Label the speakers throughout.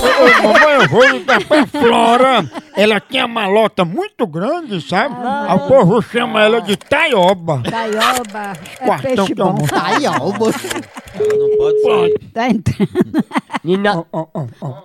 Speaker 1: Ô, mamãe, eu vou ligar pra Flora. Ela tem a malota muito grande, sabe? Aí o povo chama ela de taioba.
Speaker 2: Taioba. É
Speaker 1: Quartão
Speaker 2: peixe
Speaker 1: que é um
Speaker 2: bom.
Speaker 1: monte.
Speaker 3: Taioba.
Speaker 4: Não pode sair.
Speaker 2: Tá entrando.
Speaker 3: Nina.
Speaker 1: Ó, ó, ó.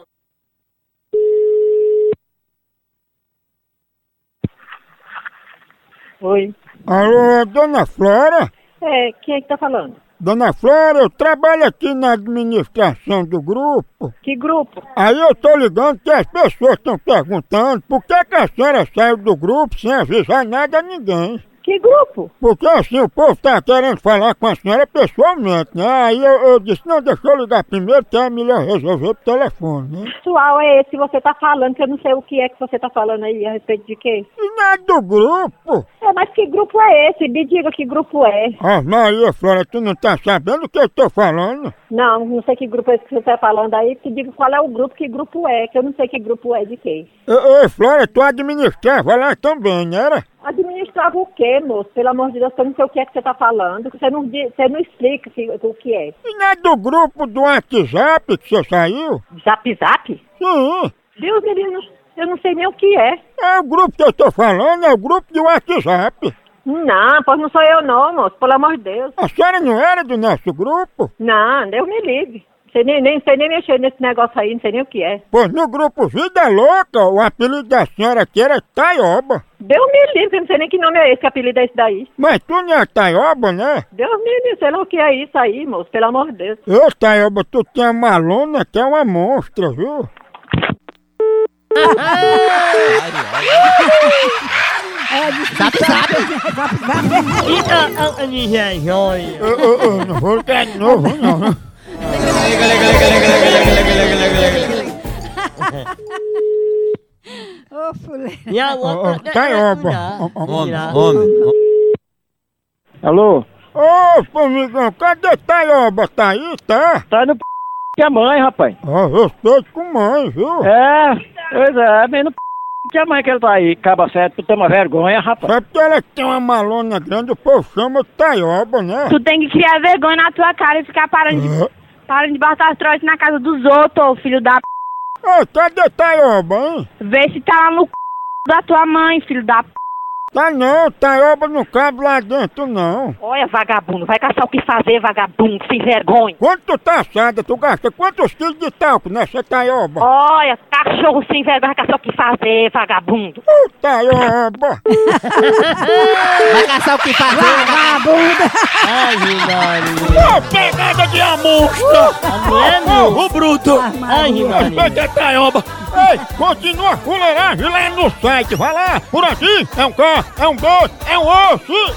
Speaker 5: Oi.
Speaker 1: Alô, dona Flora?
Speaker 5: É, quem é que tá falando?
Speaker 1: Dona Flora, eu trabalho aqui na administração do grupo.
Speaker 5: Que grupo?
Speaker 1: Aí eu tô ligando que as pessoas estão perguntando por que, que a senhora saiu do grupo sem avisar nada a ninguém.
Speaker 5: Que grupo?
Speaker 1: Porque assim, o povo tá querendo falar com a senhora pessoalmente, né? Aí eu, eu disse, não, deixa eu ligar primeiro, que é melhor resolver por telefone, né?
Speaker 5: Pessoal, é esse que você tá falando, que eu não sei o que é que você tá falando aí a respeito de quê.
Speaker 1: E nada do grupo.
Speaker 5: É, mas que grupo é esse? Me diga que grupo é.
Speaker 1: Ah, Maria Flora, tu não tá sabendo o que eu tô falando?
Speaker 5: Não, não sei que grupo é esse que você tá falando aí, que diga qual é o grupo, que grupo é, que eu não sei que grupo é de quê.
Speaker 1: Ei, ei, Flora, tu administrava lá também, não era?
Speaker 5: Administrava o quê, moço? Pelo amor de Deus, eu não sei o que é que você tá falando, que você não, di- você não explica que- o que é.
Speaker 1: E nada do grupo do WhatsApp que você saiu?
Speaker 5: Zap zap?
Speaker 1: Sim.
Speaker 5: Deus, menino, eu não sei nem o que é.
Speaker 1: É o grupo que eu tô falando, é o grupo do WhatsApp.
Speaker 5: Não, pois não sou eu não, moço, pelo amor de Deus.
Speaker 1: A senhora não era do nosso grupo?
Speaker 5: Não, Deus me livre. Sei nem, nem, sei nem mexer nesse negócio aí, não sei nem o que é.
Speaker 1: Pois no grupo Vida Louca, o apelido da senhora aqui era Taioba.
Speaker 5: Deus me livre, eu não sei nem que nome é esse, que apelido é esse daí.
Speaker 1: Mas tu não é Taioba, né?
Speaker 5: Deus me livre, sei lá o que é isso aí, moço, pelo amor de Deus.
Speaker 1: Eu, Taioba, tu tem uma aluna que é uma monstra, viu?
Speaker 3: Zap, zap.
Speaker 1: Eu, eu, eu não vou ligar de novo, não.
Speaker 4: Liga, liga, liga, liga, liga, liga, liga, liga, liga, liga, liga.
Speaker 2: Ô, fuleiro.
Speaker 1: Ó, ó, Taioba. Ó, ó.
Speaker 4: Homem, homem, homem.
Speaker 6: Alô?
Speaker 1: Ô, formigão, cadê Taioba? Tá aí, tá?
Speaker 6: Tá no p que a mãe, rapaz.
Speaker 1: Ó, respeito com mãe, viu?
Speaker 6: É, pois é, bem no p que a mãe que ele tá aí. Caba certo, tu toma vergonha, rapaz.
Speaker 1: Só porque ela tem uma malona grande, o povo chama de Taioba, né?
Speaker 7: Tu tem que criar vergonha na tua cara e ficar parando de,
Speaker 1: É.
Speaker 7: parando de botar as troças na casa dos outros, ô filho da p.
Speaker 1: Ô, cadê Taioba, hein?
Speaker 7: Vê se tá lá no c... da tua mãe, filho da p.
Speaker 1: Tá não, Taioba não cabe lá dentro, não.
Speaker 5: Olha, vagabundo, vai caçar o que fazer, vagabundo, sem vergonha.
Speaker 1: Quando tu tá assada, tu gasta quantos quilos de talco nessa Taioba?
Speaker 5: Olha, cachorro sem vergonha, vai caçar o que fazer, vagabundo.
Speaker 1: Ô, Taioba!
Speaker 3: Vai caçar o que fazer.
Speaker 1: Ô, pegada de amostra!
Speaker 4: Ô, bruto!
Speaker 2: Ai,
Speaker 1: Respeita a Taioba! Ei, continua a fuleiragem lá no site, vai lá! Por aqui é um K, é um B, é um osso!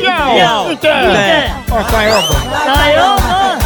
Speaker 1: Acabou-se! Tchau!
Speaker 4: Tchau!
Speaker 1: Tchau! Ó, Taioba!
Speaker 3: Saiu, mano.